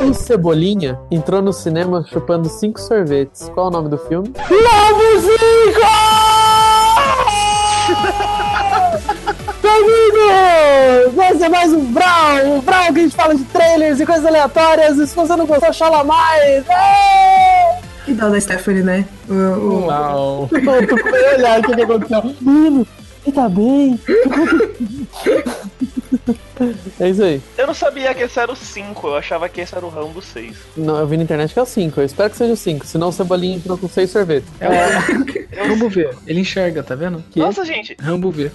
Um Cebolinha entrou no cinema chupando cinco sorvetes. Qual é o nome do filme? Lobo Bem-vindos! Esse é mais um Brawl, um Brawl que a gente fala de trailers e coisas aleatórias. E se você não gostou, chala mais! É! Que dó da Stephanie, né? O, o- Tô, Não. tô com medo de olhar o que que aconteceu. Menino, você tá bem? É isso aí. Eu não sabia que esse era o 5, eu achava que esse era o Rambo 6. Não, eu vi na internet que é o 5. Eu espero que seja o 5. Senão o Cebolinha entrou com seis sorvetes. É o Rambo V. Ele enxerga, tá vendo? Que Nossa, gente, Rambo V.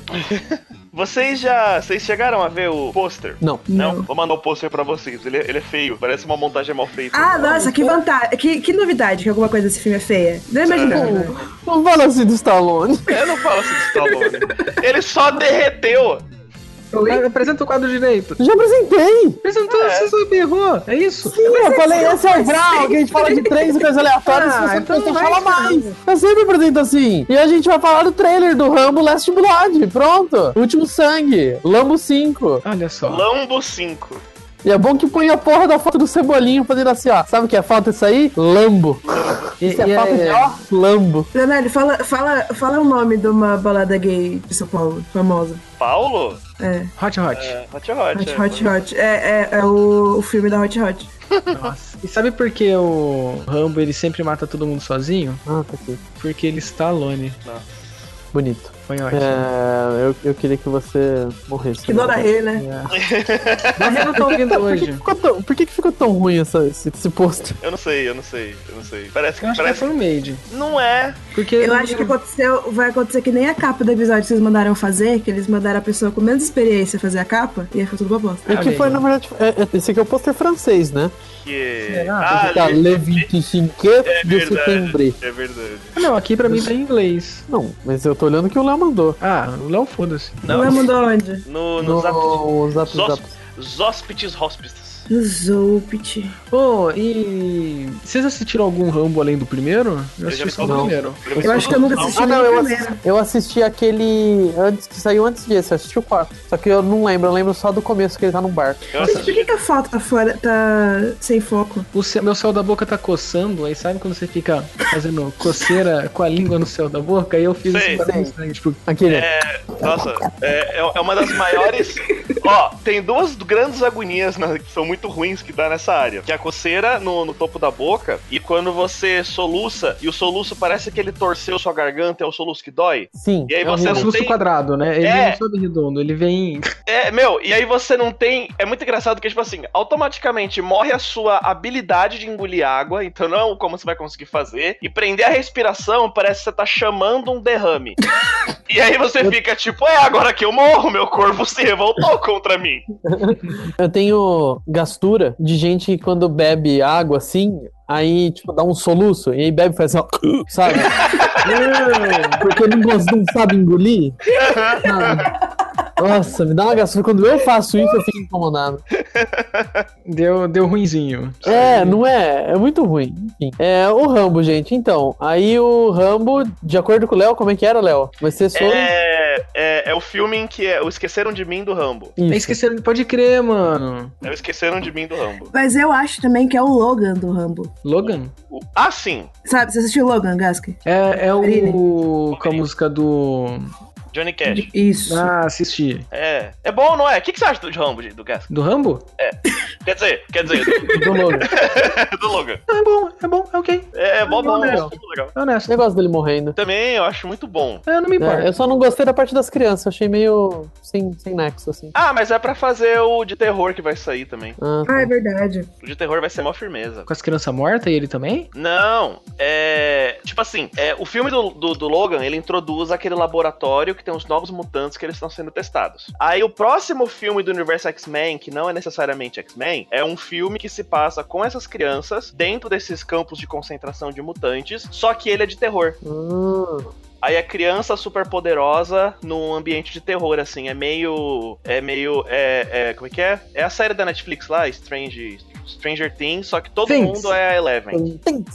vocês já. Vocês chegaram a ver o pôster? Não. Não? Vou mandar o pôster pra vocês. Ele, ele é feio, parece uma montagem mal feita. Ah, nossa, que vantagem. Que, que novidade que alguma coisa desse filme é feia. Não imaginava. né? Não fala assim do Stallone. Eu não falo assim de Stallone. Ele só derreteu. Ah, Apresenta o quadro direito. Já apresentei. Apresentou, você sabe, errou. É isso. Eu falei, esse é o Brawl, que a gente fala de trailers e coisas aleatórias. Ah, se você não então gostou, vai, chala cara. mais! Eu sempre apresento assim. E a gente vai falar do trailer do Rambo Last Blood. Pronto. Último Sangue. Lambo 5. Olha só. Lambo 5. E é bom que põe a porra da foto do Cebolinha fazendo assim, ó. Sabe o que é falta isso aí? Lambo. E- Isso é e falta de ó, Lambo. Leonardo, fala, fala, fala o nome de uma balada gay de São Paulo, famosa. Paulo? É, Hot Hot. É, hot hot. Hot é. Hot Hot. É, é, é o, o filme da Hot Hot. Nossa. E sabe por que o Rambo ele sempre mata todo mundo sozinho? Ah, tá aqui. Porque ele está alone. Bonito. Foi ótimo. É, eu, eu queria que você morresse. Que dó da rei, né? Mas eu não tô ouvindo hoje. Ficou tão- por que, que ficou tão ruim essa, esse, esse pôster? Eu não sei, eu não sei, eu não sei. Parece que. Eu acho que Parece... foi um made. Não é. Porque Eu acho que aconteceu, vai acontecer que nem a capa do episódio que vocês mandaram fazer, que eles mandaram a pessoa com menos experiência fazer a capa, e aí foi tudo uma bosta. O que Amigo. foi, na verdade, é- é- esse aqui é o pôster francês, né? Que. Será? Esse aqui é a le- Le 25 é de setembro. verdade. É verdade. Não, aqui pra mim tá em inglês. Não, mas eu tô olhando o que o Léo mandou. Ah, o Léo foda-se. Não. Não, Ué, mandou onde? no, no, No Zap. zap, Zos- zap. Zóspites Hospices. Zoopit. Pô, e. Vocês assistiram algum Rambo além do primeiro? já Eu assisti vi só o alguns. primeiro. Eu acho que eu nunca assisti Ah, não, nem eu o assisti, primeiro. eu assisti aquele. Antes, que saiu antes desse, eu assisti o 4. Só que eu não lembro, eu lembro só do começo que ele tá num bar. Eu Mas por assisti. que, que a foto tá fora, tá sem foco? O ce- meu céu da boca tá coçando, aí sabe quando você fica fazendo coceira com a língua no céu da boca? Aí eu fiz Sei, esse barulho sei. estranho, tipo, Aquele. Nossa, é, é- é uma das maiores. Ó, tem duas grandes agonias né, que são muito ruins que dá nessa área. Que é a coceira no, no topo da boca, e quando você soluça, e o soluço parece que ele torceu sua garganta, é o soluço que dói. Sim. E aí é um você não soluço tem. quadrado, né? Ele É. não sobe redondo, ele vem. É, meu, e aí você não tem. É muito engraçado que, tipo assim, automaticamente morre a sua habilidade de engolir água, então não é como você vai conseguir fazer. E prender a respiração parece que você tá chamando um derrame. E aí você fica tipo, é, agora que eu morro, meu corpo se revoltou contra mim. Eu tenho gastura de gente que quando bebe água assim, aí, tipo, dá um soluço, e aí bebe e faz assim, ó, sabe? É, Porque não, gosta, não sabe engolir. Sabe? Nossa, me dá uma gastura. Quando eu faço isso, eu fico incomodado. Deu, deu ruinzinho. É, não é? É muito ruim. Enfim. É, o Rambo, gente. Então, aí o Rambo, de acordo com o Léo, como é que era, Léo? Vai ser sobre. É, é, é o filme em que é o Esqueceram de Mim do Rambo. Isso. É esqueceram, pode crer, mano. É o Esqueceram de Mim do Rambo. Mas eu acho também que é o Logan do Rambo. Logan? O- ah, sim. Sabe, você assistiu o Logan, Gasque? É, é Brilha. o. com a música do. Johnny Cash. Isso. Ah, assisti. É. É bom, não é? O que, que você acha do Rambo, de- do Gas? Do Rambo? Quer dizer, quer dizer, do, Do Logan. do Logan. Ah, é bom, é bom, é ok. É, é bom, bom, Legal. bom, legal. É honesto. O negócio dele morrendo. Também eu acho muito bom. É, Eu não me importo. É, eu só não gostei da parte das crianças. Achei meio sem, sem nexo, assim. Ah, mas é pra fazer o de terror que vai sair também. Ah, Ah, é verdade. O de terror vai ser mó firmeza. é Com as crianças mortas e ele também? Não, é. Tipo assim, é, o filme do, do, do Logan ele introduz aquele laboratório que tem os novos mutantes que eles estão sendo testados. Aí o próximo filme do universo X-Men, que não é necessariamente X-Men, é um filme que se passa com essas crianças dentro desses campos de concentração de mutantes, só que ele é de terror. ah. Aí é criança super poderosa num ambiente de terror, assim. É meio. É meio. É, é- como é que é? É a série da Netflix lá, Strange, Stranger Things, só que todo Things. mundo é a Eleven. Ah, Tem-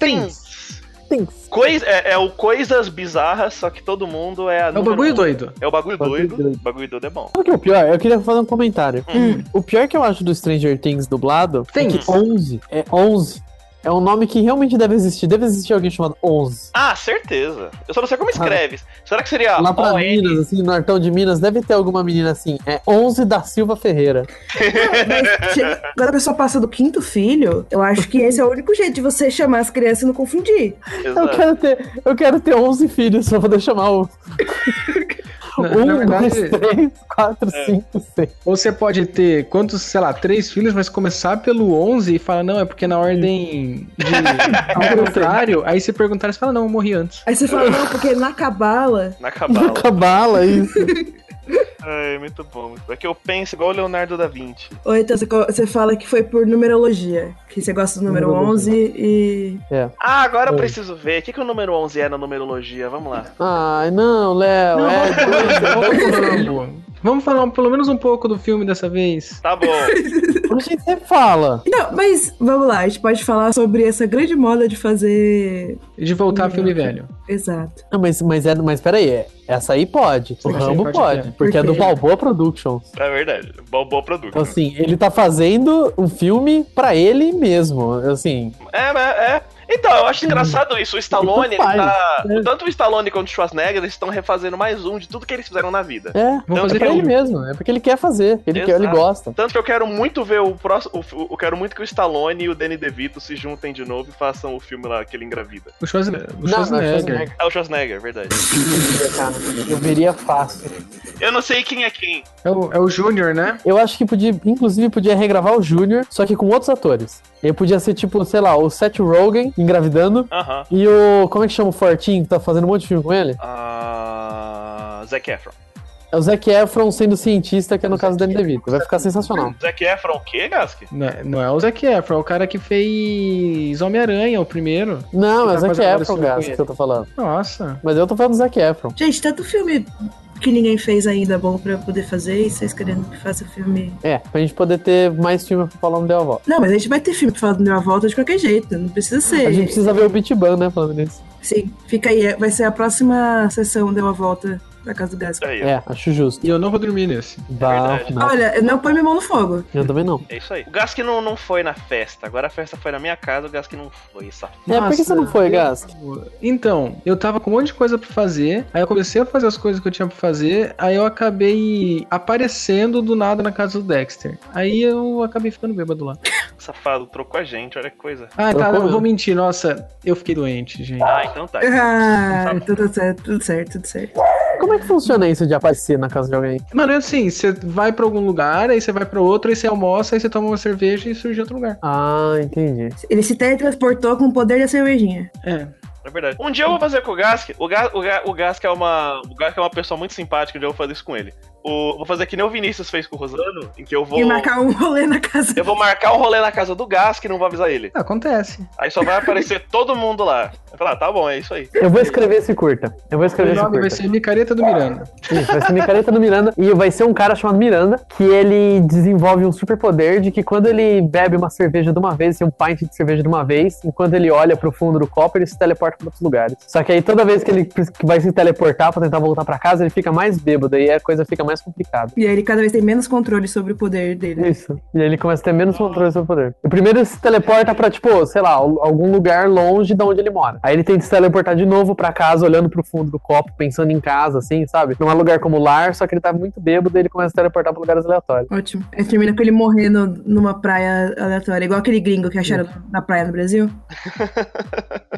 Things. Things. Cois- é, é o coisas bizarras, só que todo mundo é a. É o bagulho doido. É o bagulho Bagulho doido. doido. Bagulho doido é bom. Sabe o que é o pior? Eu queria fazer um comentário. Hum. O pior que eu acho do Stranger Things dublado é Things. que 11 é 11. É um nome que realmente deve existir. Deve existir alguém chamado 11. Ah, certeza. Eu só não sei como escreve. Será que seria Lá pra ON? Minas, assim, no Artão de Minas, deve ter alguma menina assim. É 11 da Silva Ferreira. Mas chega- Quando a pessoa passa do quinto filho, eu acho que esse é o único jeito de você chamar as crianças e não confundir. Eu Exato. quero ter, eu quero ter 11 filhos pra poder chamar o Na- na 1, verdade, é. 2, 3, 4, 5, 6. Ou você pode ter quantos, sei lá, três filhos, mas começar pelo 11 e falar, não, é porque na ordem de ao contrário, aí se perguntar, você fala, não, eu morri antes. Aí você fala, não, porque na cabala. Na cabala. Cabala, isso. Ai, muito bom. É que eu penso igual o Leonardo da Vinci. Ou então você co- você fala que foi por numerologia. Que você gosta do número Numerologia. 11 e. Ah, agora eu Oi. preciso ver. O que, que o número 11 é na numerologia? Vamos lá. Ai, não, Léo. É Vamos falar uma boa. Vamos falar pelo menos um pouco do filme dessa vez. Tá bom. a gente sempre fala. Não, mas vamos lá, a gente pode falar sobre essa grande moda de fazer. De voltar ao filme velho. Exato. Não, mas, mas, é, mas peraí, é, essa aí pode. O Sim, Rambo sim, pode, pode, é. porque é do Perfeito. Balboa Productions. É verdade. Bom, bom produto. Então, assim, ele tá fazendo um filme pra ele mesmo. Assim, É, é, é. Então, eu acho engraçado isso. O Stallone, ele Então faz, tá. né? Tanto o Stallone quanto o Schwarzenegger, eles estão refazendo mais um de tudo que eles fizeram na vida. é, Vou Não, é fazer pra ele filme. mesmo. É porque ele quer fazer. Ele, quer, ele Exato. gosta. Tanto que eu quero muito ver o próximo. o- o- Eu quero muito que o Stallone e o Danny DeVito se juntem de novo e façam o filme lá que ele engravida. O Schwarzenegger. O Não, não, Schwarzenegger. Schwarzenegger, É o Schwarzenegger, verdade. cara, Eu veria fácil. Eu não sei quem é quem. É o, é o Júnior, né? Eu acho que podia, inclusive, podia regravar o Júnior, só que com outros atores. Ele podia ser, tipo, sei lá, o Seth Rogen engravidando. Aham. E o. Como é que chama o Fortinho que tá fazendo um monte de filme com ele? Ah, Zac Efron. É o Zac Efron sendo cientista, que é no caso do Danny DeVito. Vai ficar sensacional. Zac Efron o quê, Gask? Não, é- não é o Zac Efron, é o cara que fez Homem-Aranha, o primeiro. Não, é o Ele tá Zac fazendo vários Efron, filmes com Gás, ele. que eu tô falando. Nossa. Mas eu tô falando do Zac Efron. Gente, tanto filme que ninguém fez ainda bom pra eu poder fazer, e vocês querendo que faça filme. É, pra gente poder ter mais filme pra falar no Deu a Volta. Não, mas a gente vai ter filme pra falar do meu à volta de qualquer jeito. Não precisa ser. A gente precisa ver o Beat Ban, né, falando nisso. Sim, fica aí. é- Vai ser a próxima sessão Deu a Volta da Casa do Gás. É isso. É, acho justo. E eu não vou dormir nesse. Bah, verdade. não. Olha, não põe minha mão no fogo. Eu também não. É isso aí. O Gask não, não foi na festa. Agora a festa foi na minha casa, o Gask não foi, sabe? É, por que você não foi, Gás? Então, eu tava com um monte de coisa pra fazer, aí eu comecei a fazer as coisas que eu tinha pra fazer, aí eu acabei aparecendo do nada na casa do Dexter. Aí eu acabei ficando bêbado lá. Safado, trocou a gente, olha que coisa. Ah, tá, Trocou eu vou mesmo. mentir, nossa, eu fiquei doente, gente. Ah, então tá. Ah, tudo certo, tudo certo, tudo certo. Como é que funciona isso de aparecer na casa de alguém? Mano, é assim, você vai pra algum lugar, aí você vai pra outro, aí você almoça, aí você toma uma cerveja e surge outro lugar. Ah, entendi. Ele se teletransportou com o poder da cervejinha. É. É verdade. Um dia eu vou fazer com o Gask. O, Ga, o, Ga, o Gask é uma. O Gask é uma pessoa muito simpática, um dia eu vou fazer isso com ele. O, vou fazer que nem o Vinícius fez com o Rosano, em que eu vou. E marcar um rolê na casa. Eu vou marcar um rolê na casa do Gask e não vou avisar ele. Ah, Acontece. Aí só vai aparecer todo mundo lá. Eu falar, ah, tá bom, é isso aí. Eu vou escrever esse curta. Eu vou O escrever Então, esse é nome curta. vai ser Micareta do Miranda. Isso, vai ser Micareta do Miranda. E vai ser um cara chamado Miranda, que ele desenvolve um superpoder de que quando ele bebe uma cerveja de uma vez, assim, um pint de cerveja de uma vez, enquanto ele olha pro fundo do copo, ele se teleporta pra outros lugares. Só que aí toda vez que ele pres- que vai se teleportar pra tentar voltar pra casa, ele fica mais bêbado e aí a coisa fica mais complicada. E aí ele cada vez tem menos controle sobre o poder dele. Isso. E aí ele começa a ter menos controle sobre o poder. E primeiro ele se teleporta pra, tipo, sei lá, al- algum lugar longe de onde ele mora. Aí ele tenta se teleportar de novo pra casa, olhando pro fundo do copo, pensando em casa, assim, sabe? Não é lugar como lar, só que ele tá muito bêbado e ele começa a se teleportar pra lugares aleatórios. Ótimo. Aí termina com ele morrendo numa praia aleatória, igual aquele gringo que acharam na praia no Brasil.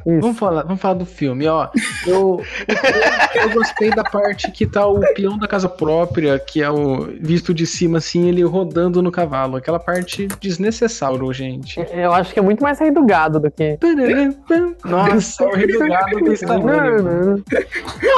Isso. Vamos falar, vamos falar do filme, ó. Eu, eu gostei da parte que tá o peão da casa própria, que é o visto de cima, assim, ele rodando no cavalo. Aquela parte desnecessária, gente. Eu acho que é muito mais rei do gado do que. Nossa, o redugado do Stallone.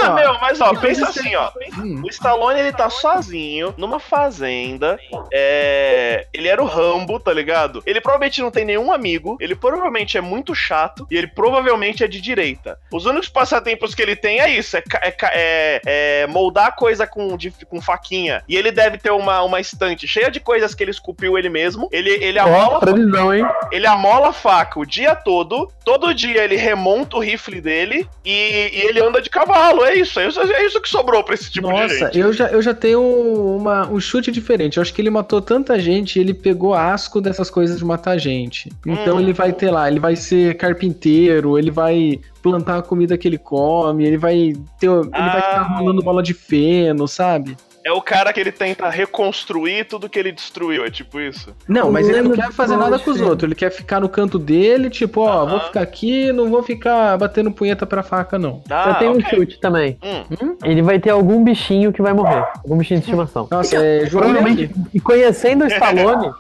Ah, Ó, meu, mas ó, pensa assim, ó. hum, O Stallone, ele tá sozinho, numa fazenda. É... Ele era o Rambo, tá ligado? Ele provavelmente não tem nenhum amigo. Ele provavelmente é muito chato. E ele provavelmente é de direita. Os únicos passatempos que ele tem é isso: é, ca- é ca- é- é moldar coisa com, dif- com faquinha. E ele deve ter uma, uma estante cheia de coisas que ele esculpiu ele mesmo. Ele, ele Ó, amola previsão, hein? ele amola a faca o dia todo, todo dia ele remonta o rifle dele e, e ele anda de cavalo. É isso, é isso, é isso que sobrou pra esse tipo de Nossa, gente. eu já, eu já tenho uma, um chute diferente. Eu acho que ele matou tanta gente, ele pegou asco dessas coisas de matar gente. Então Hum. ele vai ter lá, ele vai ser carpinteiro, ele vai plantar a comida que ele come, ele vai ter, ele vai ficar Ah. rolando bola de feno, sabe? É o cara que ele tenta reconstruir tudo que ele destruiu, é tipo isso. Não, mas ele não Rolando quer fazer bola nada de com os feno. outros. Ele quer ficar no canto dele, tipo, ó, Aham. vou ficar aqui, não vou ficar batendo punheta pra faca, não. Ah, eu tenho um ok. chute também. Hum. Ele vai ter algum bichinho que vai morrer. Algum bichinho de estimação. Nossa, é, João Provavelmente, Leque. e conhecendo o Stallone,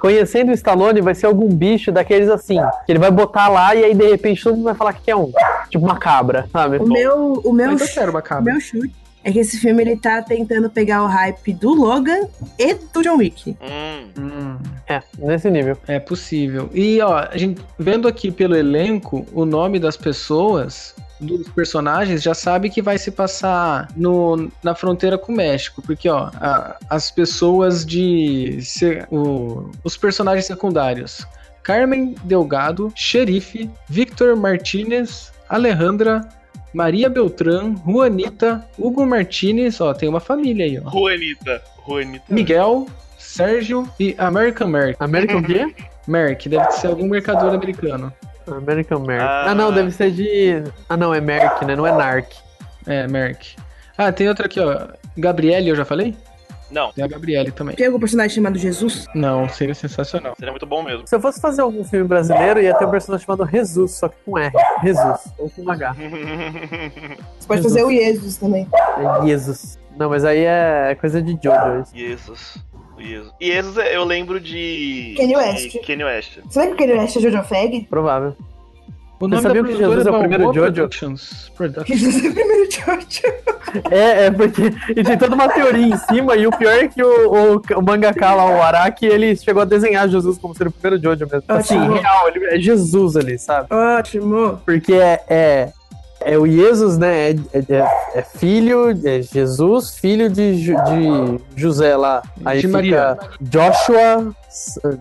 conhecendo o Stallone, vai ser algum bicho daqueles assim, que ele vai botar lá e aí de repente todo mundo vai falar que é um. Tipo uma cabra, sabe? O meu, o meu, Mas eu quero uma o cabra. meu chute é que esse filme ele tá tentando pegar o hype do Logan e do John Wick. Hum. Hum. É, nesse nível. É possível. E ó, a gente vendo aqui pelo elenco o nome das pessoas, dos personagens, já sabe que vai se passar no, na fronteira com o México, porque ó, a- as pessoas de se- o- os personagens secundários: Carmen Delgado, Xerife, Victor Martinez, Alejandra, Maria Beltrán, Juanita, Hugo Martinez, ó, tem uma família aí, ó. Juanita. Juanita. Miguel, Sérgio e American Merc. American quê? Merck, deve ser algum mercador americano. American Merc. Ah. Ah, não, deve ser de. Ah, não, é Merc, né? Não é Narc. É, Merck. Ah, tem outra aqui, ó. Gabriele, eu já falei? Não, Tem a Gabriele também. Tem algum personagem chamado Jesus? Não, seria sensacional. seria muito bom mesmo. Se eu fosse fazer algum filme brasileiro, ia ter um personagem chamado Jesus, só que com R. Jesus. Ou com H. Você Jesus. pode fazer o Jesus também. É Jesus. Não, mas aí é coisa de Jojo. isso. Jesus. Jesus. E esses eu lembro de. Kanye de West. Kanye West. Será que o Kanye West é Jojo Fag? Provável. O sabia que produtora Jesus é o Balboa primeiro Jojo? Productions. Production. Jesus é o primeiro Jojo. É, é porque. E tem toda uma teoria em cima, e o pior é que o, o, o mangaka lá, o Araki, ele chegou a desenhar Jesus como sendo o primeiro Jojo mesmo. Assim, Ótimo. real, ele é Jesus ali, sabe? Ótimo. Porque é. é... é o Jesus, né? É, é- é filho, é Jesus, filho de, Ju- de José lá. Aí De fica Maria. Joshua,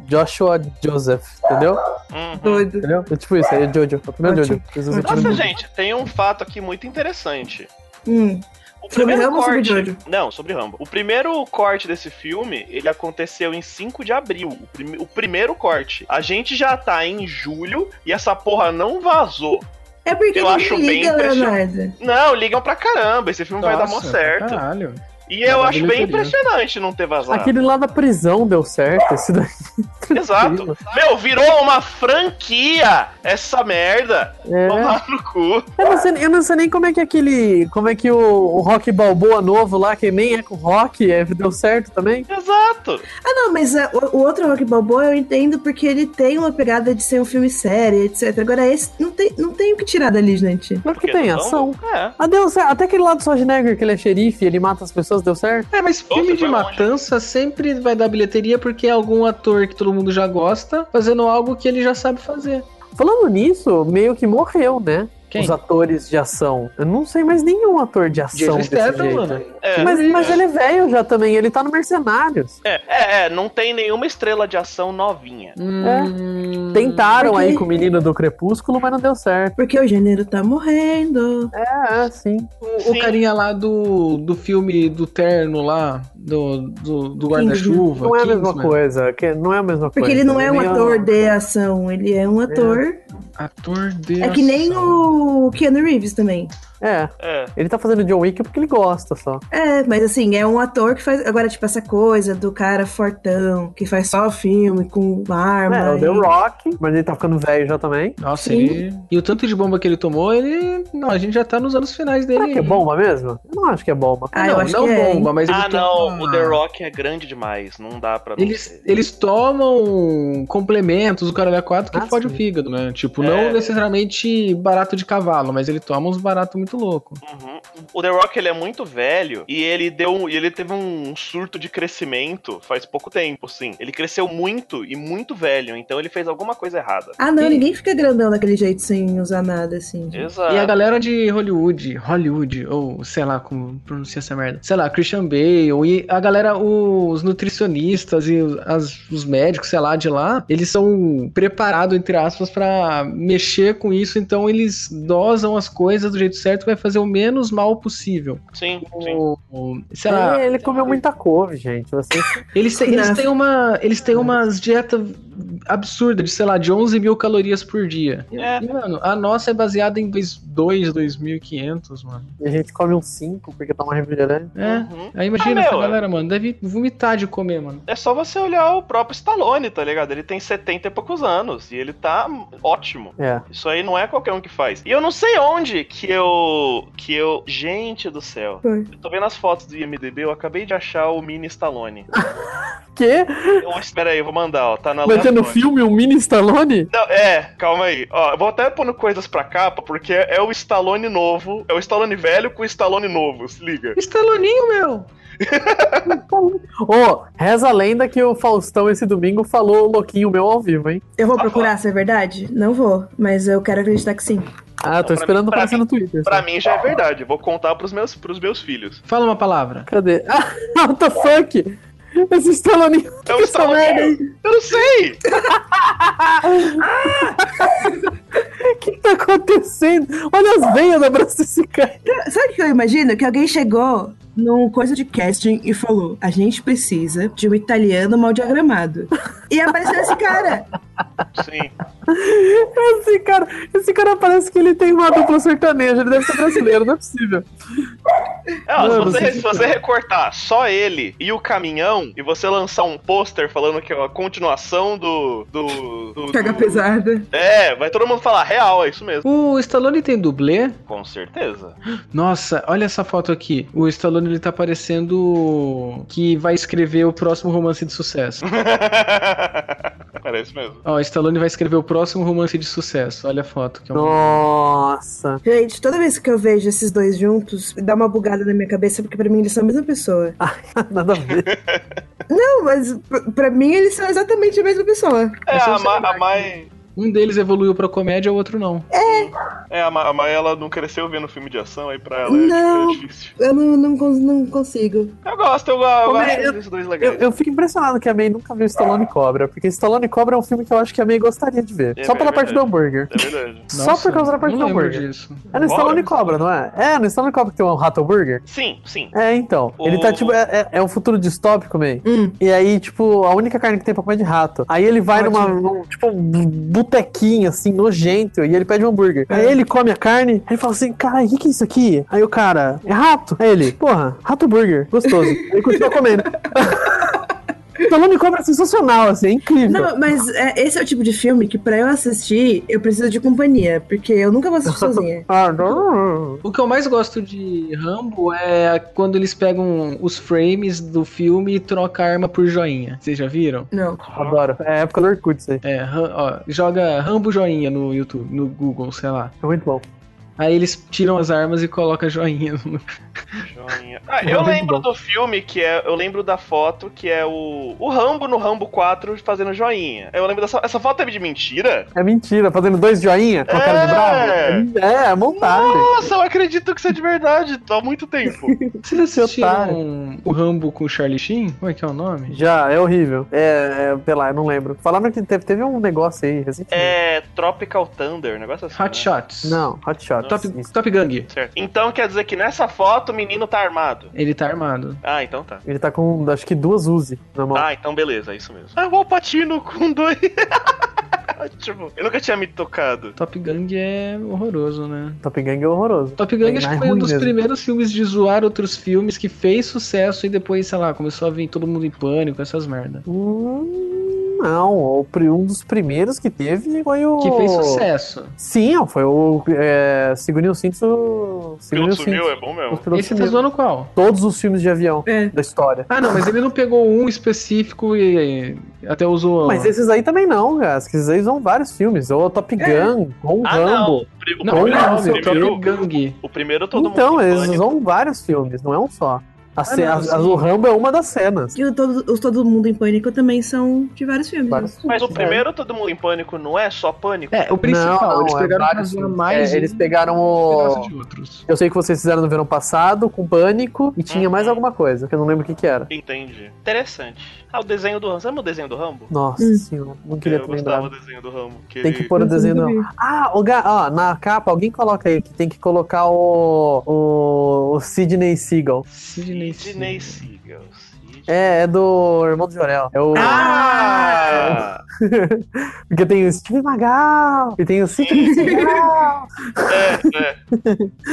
Joshua Joseph, entendeu? Uhum. Doido. entendeu? É tipo isso, aí é Jojo, é o primeiro Ótimo. Jojo. Jesus é o Nossa, primeiro. gente, tem um fato aqui muito interessante. Hum. O Sobre primeiro Rambo ou sobre corte... Jojo? Não, sobre Rambo. O primeiro corte desse filme, ele aconteceu em 5 de abril. O, prime- o primeiro corte. A gente já tá em julho e essa porra não vazou. É porque Eu ninguém acho bem liga, impressionante. Leonardo. Não, ligam pra caramba. Esse filme vai dar mó Nossa, certo. Caralho. E eu Vai dar acho bem bilheteria. impressionante não ter vazado. Aquele lá da prisão deu certo, esse daí. Exato. Meu, virou uma franquia essa merda. É. Tomar no cu. Eu não, sei, eu não sei nem como é que aquele. Como é que o, o Rock Balboa novo lá, que nem é com rock, é, deu certo também. Exato. Ah, não, mas é, o, o outro Rock Balboa eu entendo porque ele tem uma pegada de ser um filme sério, etc. Agora esse não tem, não tem o que tirar dali, gente. Claro que tem não- ação. É. Ah, deu certo. Até aquele lado do Schwarzenegger, que ele é xerife, ele mata as pessoas, deu certo. É, mas filme Nossa, de foi longe. matança sempre vai dar bilheteria porque é algum ator que todo mundo já gosta fazendo algo que ele já sabe fazer. Falando nisso, meio que morreu, né? Quem? Os atores de ação. Eu não sei mais nenhum ator de ação Jason desse Statham, jeito. mano. É. Mas, mas é. ele é velho já também, ele tá no Mercenários. É, é, é, não tem nenhuma estrela de ação novinha. Hum, Tentaram Porque- aí com o menino do Crepúsculo, mas não deu certo. Porque o gênero tá morrendo. É, é, sim. O, o Sim. carinha lá do, do filme do terno lá, do, do, do guarda-chuva. Não é a mesma Kingsman. coisa. que- não é a mesma coisa. né? Porque ele não é um nem ator de ação, ele é um ator. Ator de É que nem ação. o Keanu Reeves também. É. É. Ele tá fazendo John Wick porque ele gosta só. É, mas assim, é um ator que faz. Agora, tipo, essa coisa do cara fortão, que faz só filme com arma. é, o The e- Rock, mas ele tá ficando velho já também. Nossa, Sim. ele. E o tanto de bomba que ele tomou, ele. Não, a gente já tá nos anos finais dele. Será que é aí. bomba mesmo? Eu não acho que é bomba. Ah, não, eu acho não que é, hein? bomba, mas ele Ah, toma- não, o The Rock é grande demais, não dá pra. não Eles, ser. eles tomam complementos, o caralho a quatro que Ah, fode o sim. fígado, né? Tipo, É. não necessariamente barato de cavalo, mas ele toma uns baratos muito muito louco. Uhum. O The Rock ele é muito velho e ele deu um- e ele teve um surto de crescimento faz pouco tempo, sim. Ele cresceu muito e muito velho, então ele fez alguma coisa errada. Ah, não, E- ninguém fica grandão daquele jeito sem usar nada, assim. Exato. E a galera de Hollywood, Hollywood, ou sei lá como pronuncia essa merda, sei lá, Christian Bale, e a galera, os nutricionistas e os, as- os médicos, sei lá, de lá, eles são preparados, entre aspas, pra mexer com isso, então eles dosam as coisas do jeito certo, vai fazer o menos mal possível. Sim, sim. Ou, Ah, sei lá, Ele comeu muita couve, gente. Vocês eles têm, eles Nossa. têm uma, eles têm umas dietas absurdas, de, sei lá, de 11 mil calorias por dia. É. E, mano, a nossa é baseada em 2, 2.500, mano. E a gente come uns 5 porque toma refrigerante. É. Uhum. Aí imagina Ah, essa meu, galera, mano, deve vomitar de comer, mano. É só você olhar o próprio Stallone, tá ligado? Ele tem 70 e poucos anos e ele tá ótimo. É. Isso aí não é qualquer um que faz. E eu não sei onde que eu. que eu. Gente do céu. Foi. Eu tô vendo as fotos do IMDB, eu acabei de achar o mini Stallone. Quê? eu, espera aí, eu vou mandar, ó. Tá na Vai ter no filme um mini Stallone? Não, é, calma aí. Ó, eu vou até pondo coisas pra capa, porque é o Stallone novo. É o Stallone velho com o Stallone novo, se liga. Estaloninho, meu! Ô, reza a lenda que o Faustão esse domingo falou louquinho meu ao vivo, hein? Eu vou Ah, procurar se é verdade? Não vou, mas eu quero acreditar que sim. Ah, tô pra esperando mim- pra aparecer mim- no Twitter. Pra só. mim já é verdade. eu Vou contar pros meus, pros meus filhos. Fala uma palavra. Cadê? Ah, what the fuck? Esse Stallone. É o Essa Stallone. merda, hein? Eu não sei! O que tá acontecendo? Olha as veias da braça desse cara. Sabe o que eu imagino? Que alguém chegou num coisa de casting e falou: a gente precisa de um italiano mal diagramado. E apareceu esse cara. Sim. Esse cara, esse cara parece que ele tem uma dupla sertaneja. Ele deve ser brasileiro, não é possível. É, ó, se, Mano, você, que se você recortar só ele e o caminhão e você lançar um pôster falando que é a continuação do. do. do, Caga do- pesada. É, vai todo mundo falar, real, é isso mesmo. O Stallone tem dublê? Com certeza. Nossa, olha essa foto aqui. O Stallone, ele tá parecendo que vai escrever o próximo romance de sucesso. Parece mesmo. Ó, o Stallone vai escrever o próximo romance de sucesso. Olha a foto. Que é um- Nossa. Gente, toda vez que eu vejo esses dois juntos, dá uma bugada na minha cabeça, porque pra mim eles são a mesma pessoa. Nada a ver. Não, mas pra- pra mim eles são exatamente a mesma pessoa. É, Essa é a, o Ma- celular, a Mai. Um deles evoluiu pra comédia, o outro não. É, a Ma- a Mai, ela não cresceu vendo filme de ação, aí pra ela Não. é difícil. Eu não, não, cons- não consigo. Eu gosto, eu, eu Como é? gosto desses dois Eu, legais. eu fico impressionado que a May nunca viu Stallone Cobra, porque Stallone Cobra é um filme que eu acho que a May gostaria de ver. É só pela verdade. parte do hambúrguer. É verdade. só por causa da parte do não lembro hambúrguer. disso. É no Stallone Cobra, não é? É, no Stallone Cobra que tem um rato hambúrguer. Sim, sim. É, então. O- Ele tá tipo. É, é- é um futuro distópico, meio. Hum. E aí, tipo, a única carne que tem pra comer é de rato. Aí ele vai numa. Ótimo. num, tipo, um botequinho, assim, nojento. E ele pede um hambúrguer. É. Aí ele come a carne. Aí ele fala assim: caralho, o que, que é isso aqui? Aí o cara, é rato. Aí ele, porra, rato burger. Gostoso. Aí ele continua comendo. Stallone Cobra é sensacional, assim, é incrível. Não, mas é, esse é o tipo de filme que pra eu assistir, eu preciso de companhia, porque eu nunca vou assistir sozinha. Ah, não. O que eu mais gosto de Rambo é quando eles pegam os frames do filme e trocam a arma por joinha. Vocês já viram? Não. Adoro. É a época do Orkut, isso aí. É, Ram- ó, joga Rambo joinha no YouTube, no Google, sei lá. É muito bom. Aí eles tiram as armas e colocam joinha. No... Joinha. Ah, eu lembro do filme que é. Eu lembro da foto que é o. O Rambo no Rambo 4 fazendo joinha. Eu lembro dessa. Essa foto é de mentira? É mentira, fazendo dois joinha com a cara de bravo. É, é montagem. Nossa, eu acredito que isso é de verdade. Há muito tempo. Vocês otário. assistiram um, o Rambo com o Charlie Sheen? Como é que é o nome? Já, é horrível. É, é, sei lá, eu não lembro. Falaram que teve, teve um negócio aí recentemente. É. Tropical Thunder, um negócio assim. Hot né? Shots. Não, Hot Shot. Top, Isso. Top Gang. Certo. Então quer dizer que nessa foto o menino tá armado. Ele tá armado. Ah, então tá. Ele tá com, acho que duas Uzi na mão. Ah, então beleza, é isso mesmo. Ah, o Alpatino com dois. Ótimo. Tipo, Eu nunca tinha me tocado. Top Gang é horroroso, né? Top Gang é horroroso. Top Gang É, acho mas que é foi um ruim dos mesmo. primeiros filmes de zoar outros filmes que fez sucesso e depois, sei lá, começou a vir todo mundo em pânico, essas merdas. Hum, não. O pri- um dos primeiros que teve foi o. Que fez sucesso. Sim, ó, foi o. É, Sigourney Simpson. Piloto Sigourney sumiu, Simpson. é bom mesmo. Os pilotos Esse tá sumiu. zoando qual? Todos os filmes de avião É. da história. Ah, não, mas ele não pegou um específico e e até usou. Mas esses aí também não, cara. Esses aí são vários filmes. Ou É. Top Gun, ou Ah, não. Rambo. O, pri- o Não, Ou não, primeiro, não, não, o seu o primeiro, Top Gang. o primeiro todo então, mundo. tem eles pânico. usam vários filmes, não é um só. A ce- Ah, não, as- as- sim. o Rambo é uma das cenas. E o todo, os Todo Mundo em Pânico também são de vários filmes. Vários né? Mas o É. primeiro todo mundo em pânico não é só pânico? É, o principal. eles pegaram pra zoar mais. É, eles um pegaram pedaço o. de outros. Eu sei que vocês fizeram no verão passado, com pânico, e tinha Uhum. mais alguma coisa, que eu não lembro o que, que era. Entendi. Interessante. Ah, o desenho do Rambo. Você lembra o desenho do Rambo? Nossa Hum. senhora, não queria eu ter gostava lembrado. do desenho do Rambo. Que Tem ele- que pôr Uhum. o Eu desenho também. não. Ah, o ga... ó, na capa, alguém coloca aí que tem que colocar o. O, o Sidney Seagal. Sidney Sidney Sidney. Seagal. Sidney- É, é do Irmão do Jorel. É o. Ah! Porque tem o Steve Magal e tem o Sidney Seagal. É,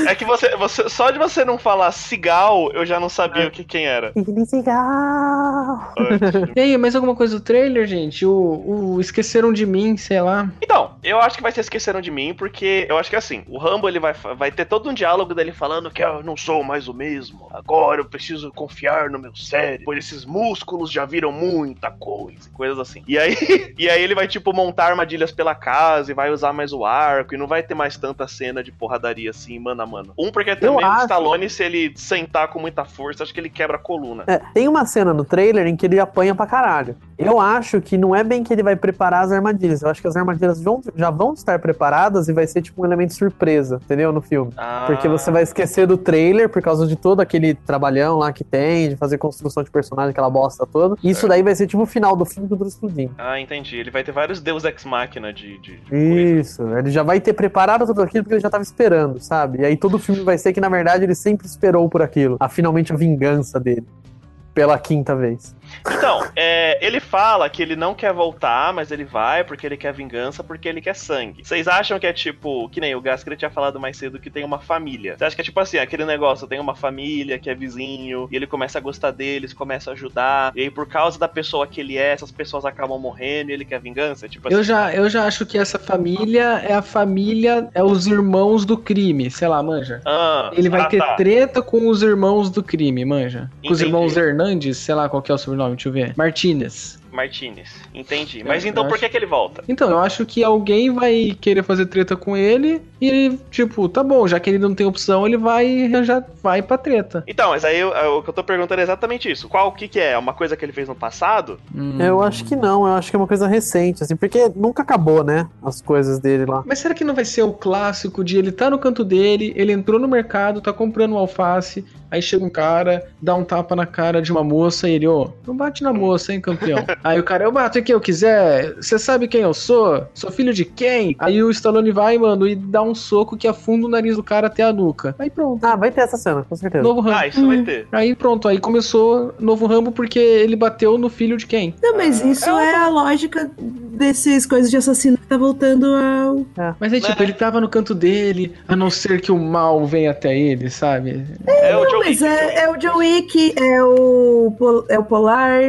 é. É que você, você. Só de você não falar Cigal, eu já não sabia o que quem era. Sidney Seagal. Ótimo. E aí, mais alguma coisa do trailer, gente? O, o Esqueceram de Mim, sei lá. Então, eu acho que vai se esqueceram de mim, porque eu acho que assim, o Rambo ele vai, vai ter todo um diálogo dele falando que "Ah, eu não sou mais o mesmo. Agora eu preciso confiar no meu cérebro, pois esses músculos já viram muita coisa, coisas assim. E aí, e aí ele vai, tipo, montar armadilhas pela casa e vai usar mais o arco, e não vai ter mais tanta cena de porradaria assim, mano a mano. Um, porque também o acho- Stallone, se ele sentar com muita força, acho que ele quebra a coluna. É, tem uma cena no trailer em que ele apanha pra caralho. Eu acho que não é bem que ele vai preparar as armadilhas. Eu acho que as armadilhas vão- já vão estar preparadas e vai ser tipo um elemento surpresa, entendeu? No filme. Ah. É, Porque você vai esquecer do trailer por causa de todo aquele trabalhão lá que tem, de fazer construção de personagem, aquela bosta toda. E isso Certo. daí vai ser tipo o final do filme com tudo explodindo. Ah, entendi. Ele vai ter vários Deus Ex Machina de, de, de coisa. Isso, ele já vai ter preparado tudo aquilo porque ele já tava esperando, sabe? E aí todo filme vai ser que, na verdade, ele sempre esperou por aquilo. A finalmente a vingança dele. Pela quinta vez. Então, é, ele fala que ele não quer voltar, mas ele vai porque ele quer vingança, porque ele quer sangue. Vocês acham que é tipo, que nem o Gascret tinha falado mais cedo, que tem uma família. Você acha que é tipo assim, aquele negócio, tem uma família que é vizinho, e ele começa a gostar deles, começa a ajudar, e aí por causa da pessoa que ele é, essas pessoas acabam morrendo e ele quer vingança? É Tipo assim. Eu já, eu já acho que essa família é a família, é os irmãos do crime, sei lá, manja. Ah, Ele vai ah, ter tá. treta com os irmãos do crime, manja. Com os Entendi. irmãos Hernandes, sei lá qual que é o sobrenome, deixa eu ver. Martinez. Martinez. Entendi. Eu- Mas então eu por acho- que, que ele volta? Então, eu acho que alguém vai querer fazer treta com ele e ele, tipo, tá bom, já que ele não tem opção, ele vai já vai pra treta. Então, mas aí eu- eu- o que eu tô perguntando é exatamente isso. Qual o que, que é? É Uma coisa que ele fez no passado? Hum. É, Eu acho que não, eu acho que é uma coisa recente, assim, porque nunca acabou, né? As coisas dele lá. Mas será que não vai ser o clássico de ele tá no canto dele, ele entrou no mercado, tá comprando um alface, aí chega um cara, dá um tapa na cara de uma moça e ele, ô, não bate na moça, hein, campeão. aí o cara, eu bato em quem eu quiser, você sabe quem eu sou? Sou filho de quem? Aí o Stallone vai, mano, e dá um soco que afunda o nariz do cara até a nuca. Aí pronto, Ah, vai ter essa cena, com certeza. novo Rambo. Ah, isso vai ter. Aí pronto, aí começou novo Rambo porque ele bateu no filho de quem? Não, mas isso é a lógica desses coisas de assassino que tá voltando ao. Mas aí, tipo, É. ele tava no canto dele, a não ser que o mal venha até ele, sabe? É o Não, Joe mas Wick, Joe é, é o John Wick, é o, Pol- é o Polar.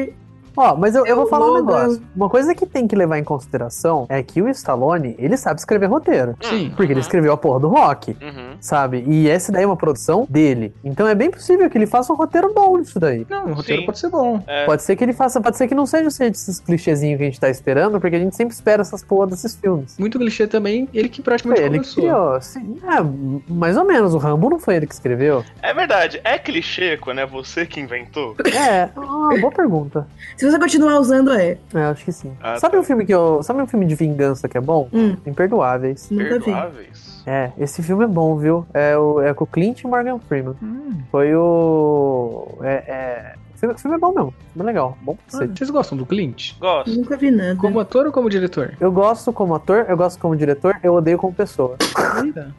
Ó, mas eu, eu vou Eu falar um vou negócio. Uma coisa que tem que levar em consideração é que o Stallone, ele sabe escrever roteiro. Sim. Porque ele Uhum. escreveu a porra do rock. Uhum. Sabe? E essa daí é uma produção dele. Então é bem possível que ele faça um roteiro bom disso daí. Não, o roteiro Sim. pode ser bom. É. Pode ser que ele faça, pode ser que não seja assim, esses clichêzinhos que a gente tá esperando, porque a gente sempre espera essas porra desses filmes. Muito clichê também, ele que praticamente É, ele que começou. criou. Sim, é, mais ou menos. O Rambo não foi ele que escreveu? É verdade, é clichê quando é você que inventou? É, ah, boa pergunta. Se você continuar usando, é. É, acho que sim. Ah, sabe tá. um filme que eu. Sabe um filme de vingança que é bom? Hum. Imperdoáveis. Nunca vi. Perdoáveis? É, esse filme é bom, viu? É, o, é com o Clint e o Morgan Freeman. Hum. Foi o. É. é... O filme, o filme é bom mesmo. O filme é legal. Bom pra Ah, cacete. Vocês gostam do Clint? Gosto. Nunca vi É. nada. Como ator ou como diretor? Eu gosto como ator, eu gosto como diretor, eu odeio como pessoa. Eita.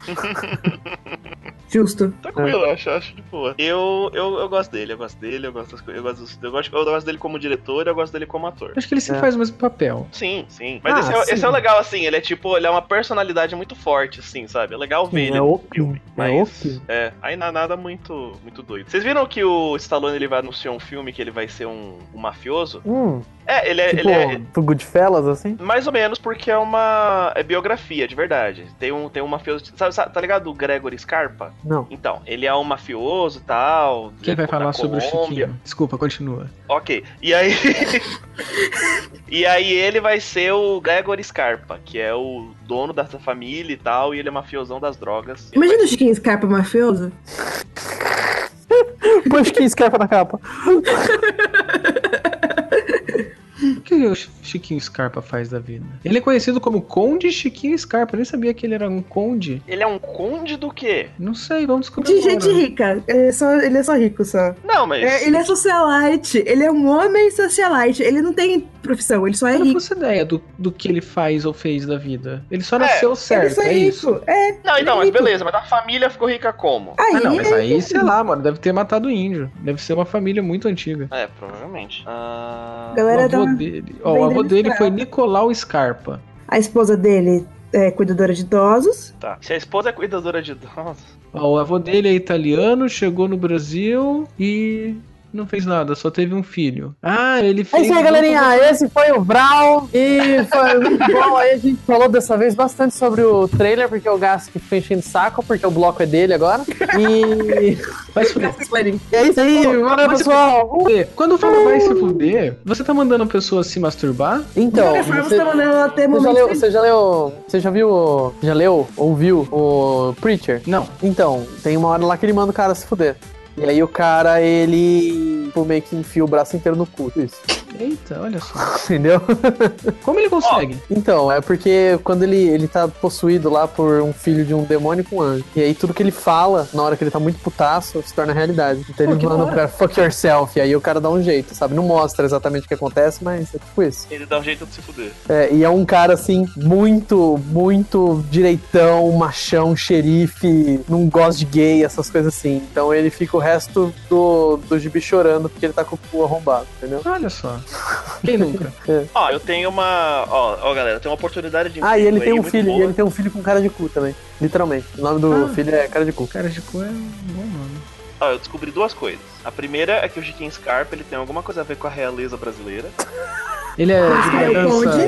Justo. É. Tranquilo, acho, acho de boa. Eu, eu, eu gosto dele, eu gosto dele, eu gosto das coisas. Eu gosto, dos- eu, gosto, eu gosto dele como diretor, eu gosto dele como ator. Acho que ele sempre É. faz o mesmo papel. Sim, sim. Mas Ah, esse, é, o- sim. esse é o legal, assim, ele é tipo, ele é uma personalidade muito forte, assim, sabe? É legal ver ele é no o filme. filme. É o Mas, filme. é, aí na nada muito, muito doido. Vocês viram que o Stallone ele vai anunciar um filme que ele vai ser um, um mafioso? Hum, É, ele é, Tipo, ele é do Goodfellas, assim? mais ou menos porque é uma é biografia, de verdade. Tem um tem um mafioso, sabe, sabe- tá ligado? O Gregory Scarpa? Não. Então, ele é um mafioso, tal. Quem vai da falar sobre o É, Colômbia. Chiquinho? Desculpa, continua. Ok. E aí. e aí ele vai ser o Gregory Scarpa, que é o dono dessa família e tal, e ele é mafiosão das drogas. Imagina o Chiquinho Scarpa mafioso. Põe que escapa na capa. O que o Chiquinho Scarpa faz da vida? Ele é conhecido como Conde Chiquinho Scarpa. Eu nem sabia que ele era um conde. Ele é um conde do quê? Não sei, vamos descobrir. De gente agora. rica. Ele é só, ele é só rico só. Não, mas. É, ele é socialite. Ele é um homem socialite. Ele não tem profissão, ele só é Eu não rico. faço ideia do, do que ele faz ou fez da vida. Ele só É, nasceu ele certo, só é é rico. isso. É, Não, então, mas rico. beleza, mas a família ficou rica como? aí. Ah, não, mas aí, sei lá, mano, deve ter matado índio. Deve ser uma família muito antiga. É, provavelmente. Ah, O Galera da... avô dele, ó, o avô vendendo dele escravo. foi Nicolau Scarpa. A esposa dele é cuidadora de idosos. tá. Se a esposa é cuidadora de idosos. Ó, o avô dele é italiano, chegou no Brasil e não fez nada, só teve um filho. Ah, ele É fez. isso aí, galerinha. Esse foi o Brau. E foi Então, é muito bom. Aí a gente falou dessa vez bastante sobre o trailer, porque o Gas que fica enchendo o saco, porque o bloco é dele agora. E, Vai se fuder. e é isso aí. Valeu, Mas- pessoal. Uh, Quando fala vai se fuder, você tá mandando a pessoa se masturbar? Então, de qualquer forma, você você, tá mandando ela ter você já momentos leu, felizes. você já leu, você já viu, já leu, ouviu o Preacher? Não. Então, tem uma hora lá que ele manda o cara se fuder. E aí o cara, ele, tipo, meio que enfia o braço inteiro no cu. Isso. Eita, olha só. Entendeu? Como ele consegue? Então, é porque quando ele, ele tá possuído lá por um filho de um demônio com um anjo. E aí tudo que ele fala, na hora que ele tá muito putaço, se torna realidade. Então Pô, ele que da manda hora. pro cara, fuck yourself. E aí o cara dá um jeito, sabe? Não mostra exatamente o que acontece, mas é tipo isso. Ele dá um jeito de se fuder. É, e é um cara, assim, muito, muito direitão, machão, xerife, não gosta de gay, essas coisas assim. Então ele fica o resto do, do gibi chorando porque ele tá com o cu arrombado, entendeu? Olha só. Quem nunca? Ó, eu tenho uma. Ó, ó galera, eu tenho uma oportunidade de. Ah, e ele emprego tem aí um muito filho, boa. e ele tem um filho com cara de cu também. Literalmente. O nome do Ah. filho é cara de cu. Cara de cu é um bom nome. Ó, eu descobri duas coisas. A primeira é que o Chiquinho Scarpa ele tem alguma coisa a ver com a realeza brasileira. Ele é de é o dança.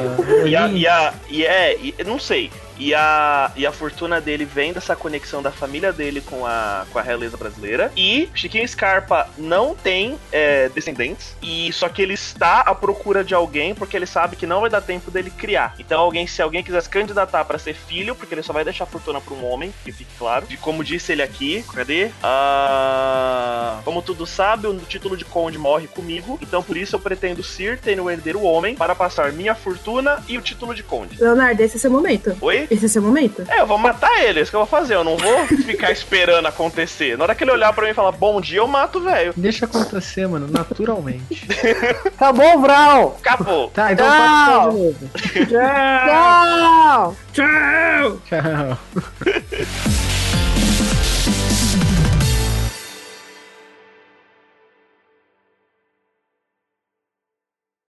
E a, e a- e é, e- eu não sei. E a, e a fortuna dele vem dessa conexão da família dele com a, com a realeza brasileira. E Chiquinho Scarpa não tem é, descendentes. E só que ele está à procura de alguém porque ele sabe que não vai dar tempo dele criar. Então alguém, se alguém quiser se candidatar para ser filho, porque ele só vai deixar a fortuna para um homem, que fique claro. E como disse ele aqui, cadê? Ah, como tudo sabe, o título de conde morre comigo. Então por isso eu pretendo ser ter no herdeiro homem para passar minha fortuna e o título de conde. Leonardo, esse é seu momento. Oi? Esse é seu momento. É, eu vou matar ele, é isso que eu vou fazer. Eu não vou ficar esperando acontecer. Na hora que ele olhar pra mim e falar bom dia, eu mato, o velho. Deixa acontecer, mano, naturalmente. Acabou o Vral! Acabou. Tá, então Tchau. pode falar de novo. Ah. Tchau! Tchau.